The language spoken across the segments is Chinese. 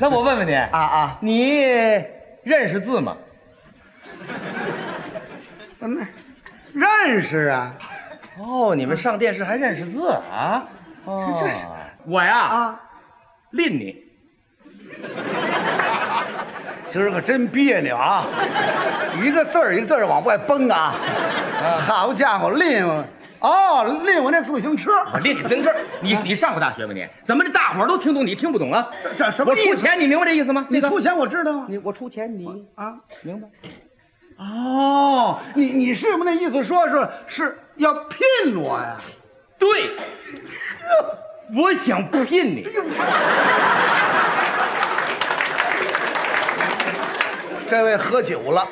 那我问问你，啊啊，你认识字吗？那认识啊哦，你们上电视还认识字啊？哦，我呀，啊，吝你。今儿可真别 扭啊，一个字儿一个字儿往外崩啊，好家伙，拎我哦，拎我那自行车，我练你自行车，你你上过大学吗？你怎么这大伙儿都听懂，你听不懂啊？这这什么我意出思？钱，你明白这意思吗？你那个出钱我知道啊你我出钱，你啊。明白？哦，你你是不是那意思说是是要聘我呀？对，我想聘你。这位喝酒了。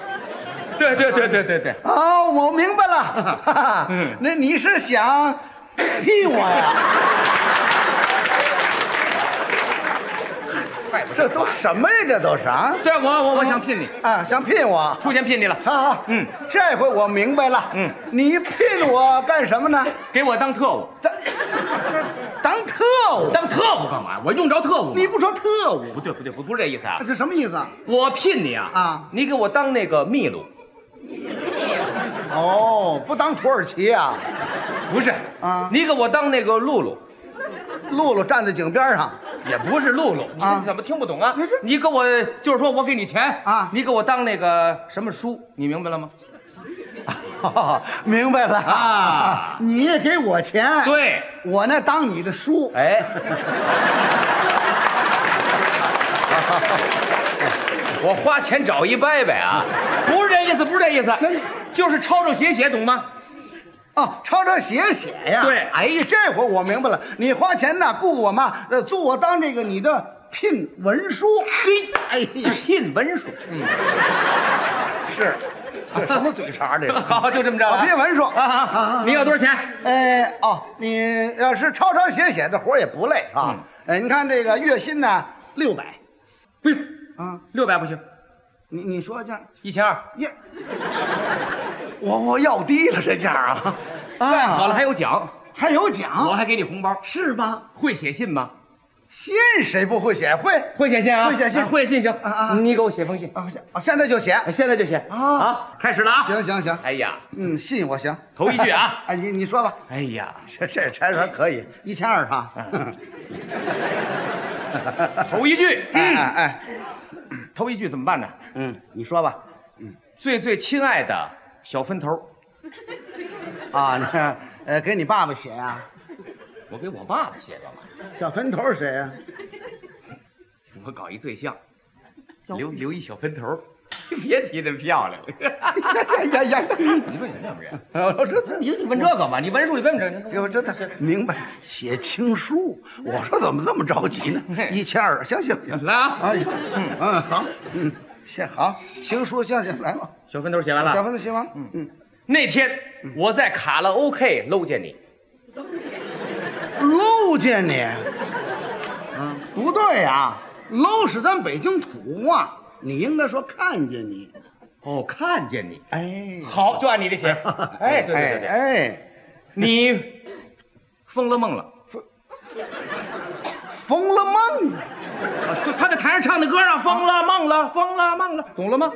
对对对对对对，哦，我明白了，哈哈 嗯那你是想聘我 呀？这都什么呀？这都是啊对我我我想聘你，啊，想聘我？出钱聘你了，好好，嗯，这回我明白了，嗯，你聘我干什么呢？给我当特务，当当特务？当特务干嘛呀？我用着特务吗你不说特务不，对不对不不是这意思啊，这什么意思啊？我聘你啊啊你给我当那个秘鲁，哦，不当土耳其啊？不是啊你给我当那个露露，露露站在井边上，也不是露露，你啊你怎么听不懂啊不是？你给我就是说我给你钱啊你给我当那个什么书，你明白了吗？哦， 明白了啊 你也给我钱，，对，我那当你的书， 哎，我花钱找一伯伯啊，不是这意思，不是这意思，就是抄抄写写，懂吗？哦，抄抄写写呀，对哎呀，这回我明白了，你花钱呐雇我嘛，呃，雇我当这个你的聘文书，嘿，哎呀，聘文书，是，这什么嘴茬儿这 个？好，就这么着了啊啊。聘文书啊啊啊！你要多少钱？哎，哦，你要是抄抄写写，这活儿也不累啊嗯。哎，你看这个月薪呢，六百不行，啊，六百不行，你你说这样，一千二。耶， 我我要低了这价啊，再好了还有奖，还有我奖，还给你红包。是吧？会写信吗？信谁不会写？会会写信啊？会写信啊会信行啊啊你给我写封信，哎啊，现啊现在就写。现在就写啊啊！开始了啊！行行行，哎呀，嗯，信我行。头一句啊 哎，你你说吧，哎呀，这这差还可以，一千二哈。嗯 头一句，哎哎哎，嗯头一句怎么办呢？嗯，你说吧。最最亲爱的小分头，啊，你看，呃，给你爸爸写啊。我给我爸爸写干嘛？小坟头是谁呀、啊我搞一对象，留留一小分头， 别提那漂亮 了。 哎呀呀！你问人家不人？我这这你你问 这干嘛？你文书你问问这哎，我真的明白，写情书。我说怎么这么着急呢？一千二，行行行，哎来啊！啊，嗯嗯，好，嗯，写好，情书，行行，来吧。小分头写完了。嗯小坟头写完了，嗯，那天我在卡拉 OK 搂见你，搂见你，嗯，不对呀、搂是咱北京土话，你应该说看见你。哦，看见你，哎，好，就按你的 写。哎，对对对对，哎，你疯了梦了。疯了梦了。啊就他在台上唱的歌啊，疯了梦了，疯了梦了，懂了吗？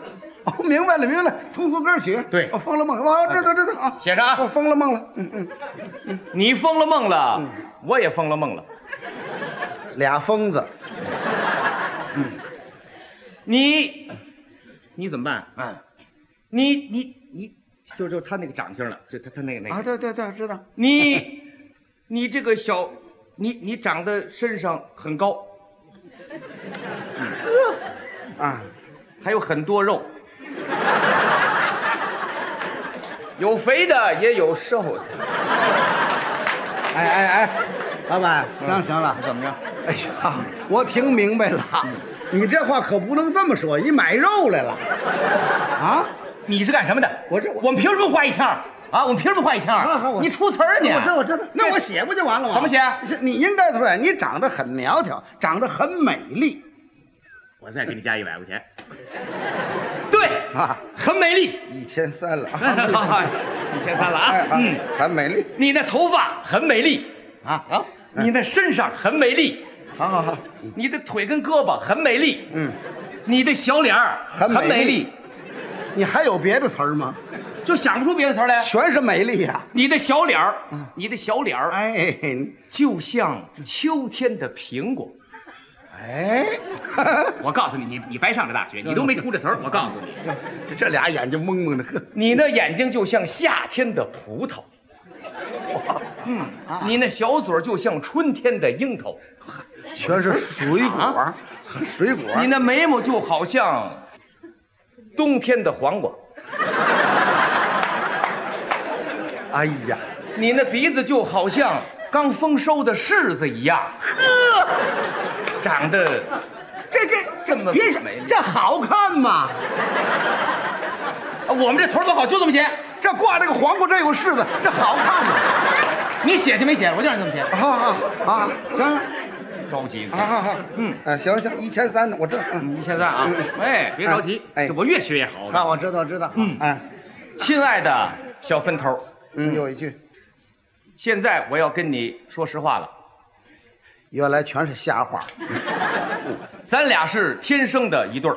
哦，明白了，明白了，通俗歌曲。对哦，疯了梦，哦，这这这这啊，写上啊我疯了梦了，嗯嗯，你疯了梦了，我也疯了梦了。俩疯子，你，你怎么办？嗯啊，你你你，就就他那个长相了，就他他那个那个，啊，对对对，知道，你，你这个小，你你长得身上很高，啊，还有很多肉，有肥的也有瘦的。哎哎哎，老板，行行了，怎么着？哎呀，我听明白了，你这话可不能这么说，你买肉来了，啊，你是干什么的？我这我我们凭什么花一千二啊？我们凭什么花一千啊好二？我你出词儿你？我知道我知道，那我写不就完了吗？怎么写啊是你应该对，你长得很苗条，长得很美丽我再给你加一百块钱。 对，啊，很美 丽。一千三了，哎啊 一千三了啊哎。嗯，，很美丽你那头发很美丽，啊，好。你那身上很美丽，好好好，你的腿跟胳膊很美丽，嗯，你的小脸儿很美美丽，你还有别的词儿吗？就想不出别的词儿来。全是美丽呀、你的小脸儿，你的小脸儿嗯哎就像秋天的苹果。哎，我告诉你，你你白上这大学，你都没出这词儿。我告诉你，嗯这俩眼睛蒙蒙的，呵，你那眼睛就像夏天的葡萄，嗯，你那小嘴儿就像春天的樱桃，全是水果，啊水果。你那眉毛就好像冬天的黄瓜，哎呀，你那鼻子就好像刚丰收的柿子一样，呵，长得这这这么别美丽这好看吗？啊我们这词儿多好，就这么写。这挂这个黄瓜，这有柿子，这好看吗？你写去没写？我就让你这么写。好好啊，行，着急好好好，嗯哎，行行，一千三的，我这，嗯你现在啊，哎，别着急，哎这我越学越好。好，我知道知道，嗯哎，亲爱的小分头儿，嗯，有一句，现在我要跟你说实话了，原来全是瞎话，咱俩是天生的一对儿，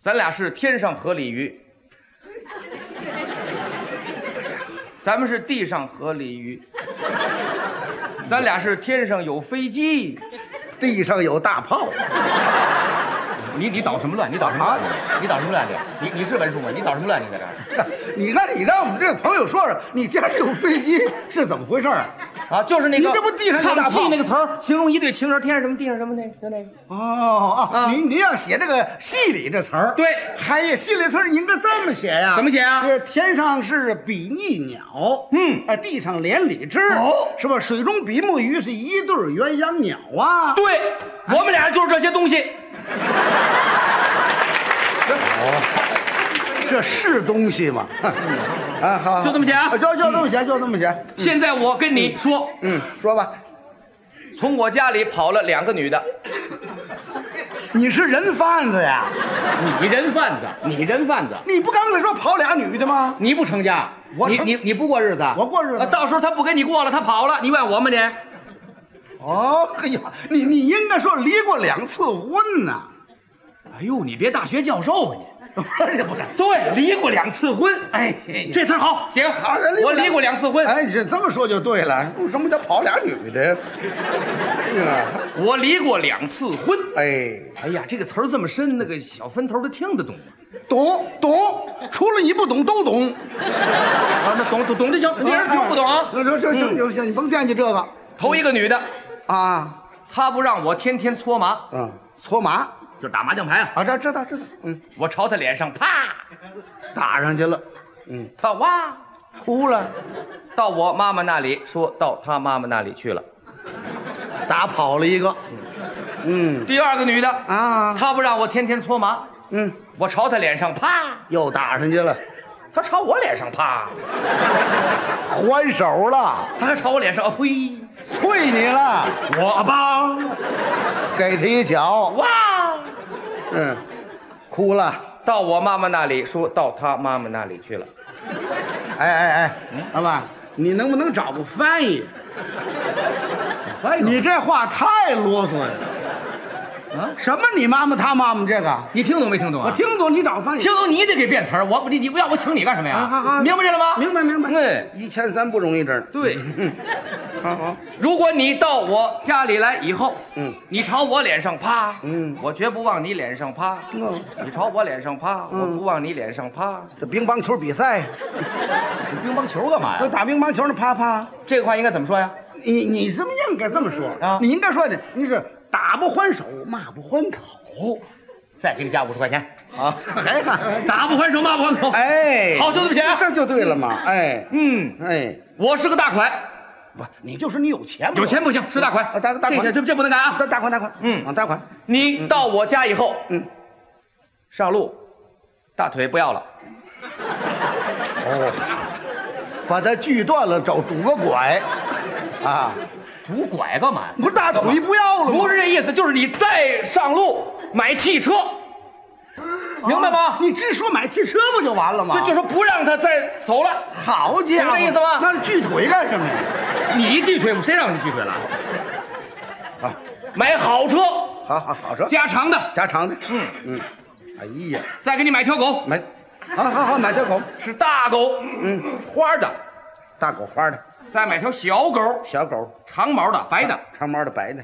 咱俩是天上河鲤鱼，咱们是地上河鲤鱼，咱俩是天上有飞机。地上有大炮， 你你捣什么乱？你捣什么乱？啊你捣什么乱？你你你是文书吗？你捣什么乱？你在这儿你看你让我们这个朋友说说，你天上有飞机是怎么回事啊？啊，就是那个你这不地上有大看炮戏那个词儿，形容一对情人，天上什么地上什么那就那个。哦啊，啊您您要写这个戏里这词儿，对嗨呀，戏里词儿你应该这么写呀？怎么写啊这天上是比翼鸟，嗯哎，地上连理枝，哦是吧？水中比目鱼是一对儿鸳鸯鸟啊。对，我们俩就是这些东西。这是东西吗？ 啊，好，好就这么写啊就就这么写，就这么写。现在我跟你说，嗯，说吧，从我家里跑了两个女的。你是人贩子呀？你人贩子，你人贩子，你不刚才说跑俩女的吗？你不成家，我你成你你不过日子，哎我过日子啊到时候他不跟你过了，他跑了，你怨我吗你？哦，哎呀，你你应该说离过两次婚 呢。哎呦，你别大学教授吧你？不是哎不是，对，离过两次婚。哎哎这词儿好，行，好人离过我两离过两次婚，哎，你这这么说就对了。什么叫跑俩女的呀？哎呀，我离过两次婚。哎，哎呀，这个词儿这么深，那个小分头的听得懂吗？懂懂，除了你不懂都懂。啊，那懂懂懂就行，别人听不懂啊。那行行嗯行行，你甭惦记这个头一个女的，啊。她不让我天天搓麻，嗯，搓麻就是打麻将牌啊。啊，这知道知道，嗯，我朝她脸上啪，打上去了，嗯，她哇，哭了，到我妈妈那里，说到她妈妈那里去了。打跑了一个，嗯第二个女的，啊，她不让我天天搓麻，嗯，我朝她脸上啪，又打上去了，她朝我脸上啪，还手了，她还朝我脸上啊呸，啐你了，我吧，给他一脚，哇，嗯，哭了，到我妈妈那里，说到她妈妈那里去了。哎哎嗯哎，老板，你能不能找个翻译？哎你这话太啰嗦了，啊，什么你妈妈他妈妈这个，你听懂没听懂啊？我听懂，你找个翻译听。懂你得给变词儿，我不你你不要我请你干什么呀？啊好好明白这了吗？哎明白明白，对一千三不容易这儿，对，嗯， 好好，如果你到我家里来以后，嗯，你朝我脸上啪，嗯我绝不往你脸上啪，嗯你朝我脸上啪，嗯我不往你脸上啪。这乒乓球比赛，你乒乓球干嘛不是？打乒乓球那啪啪。这个话应该怎么说呀？你你这么应该这么说啊你应该说呢，你是打不还手，骂不还口再给你加五十块钱， 啊，还敢打不还手，骂不还口。哎，好就这么写啊这就对了嘛，哎嗯，哎，我是个大款，不，你就说你有钱，有钱不行，是大款啊，嗯大大这款这这这不能干大啊！大款大款，嗯啊大款，你到我家以后，嗯，上路，大腿不要了，哦把它锯断了，找拄个拐，啊，拄拐干嘛呀？不是大腿不要了吗？不是这意思，就是你再上路买汽车，明白啊吗？你只说买汽车不就完了吗？这就说不让他再走了。好家伙，明白意思吗那锯腿干什么呀？你一锯腿，谁让你锯腿了？啊，买好车，好好好车，加长的，加长的，嗯嗯，哎呀，再给你买条狗，买，好好好，买条狗，是大狗，嗯，花的，大狗花的，再买条小狗，小狗长毛的，白的。长毛的白的，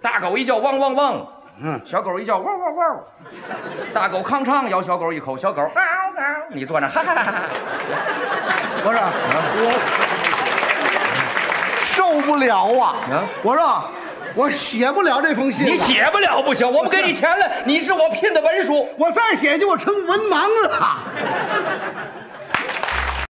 大狗一叫汪汪汪，嗯，小狗一叫汪汪汪。大狗康昌咬小狗一口，小狗嗷嗷。你坐那，哈哈哈哈。我说嗯啊我受不了啊啊，我说我写不了这封信了，你写不了不行，我们给你钱了，你是我聘的文书。我再写就我成文盲了。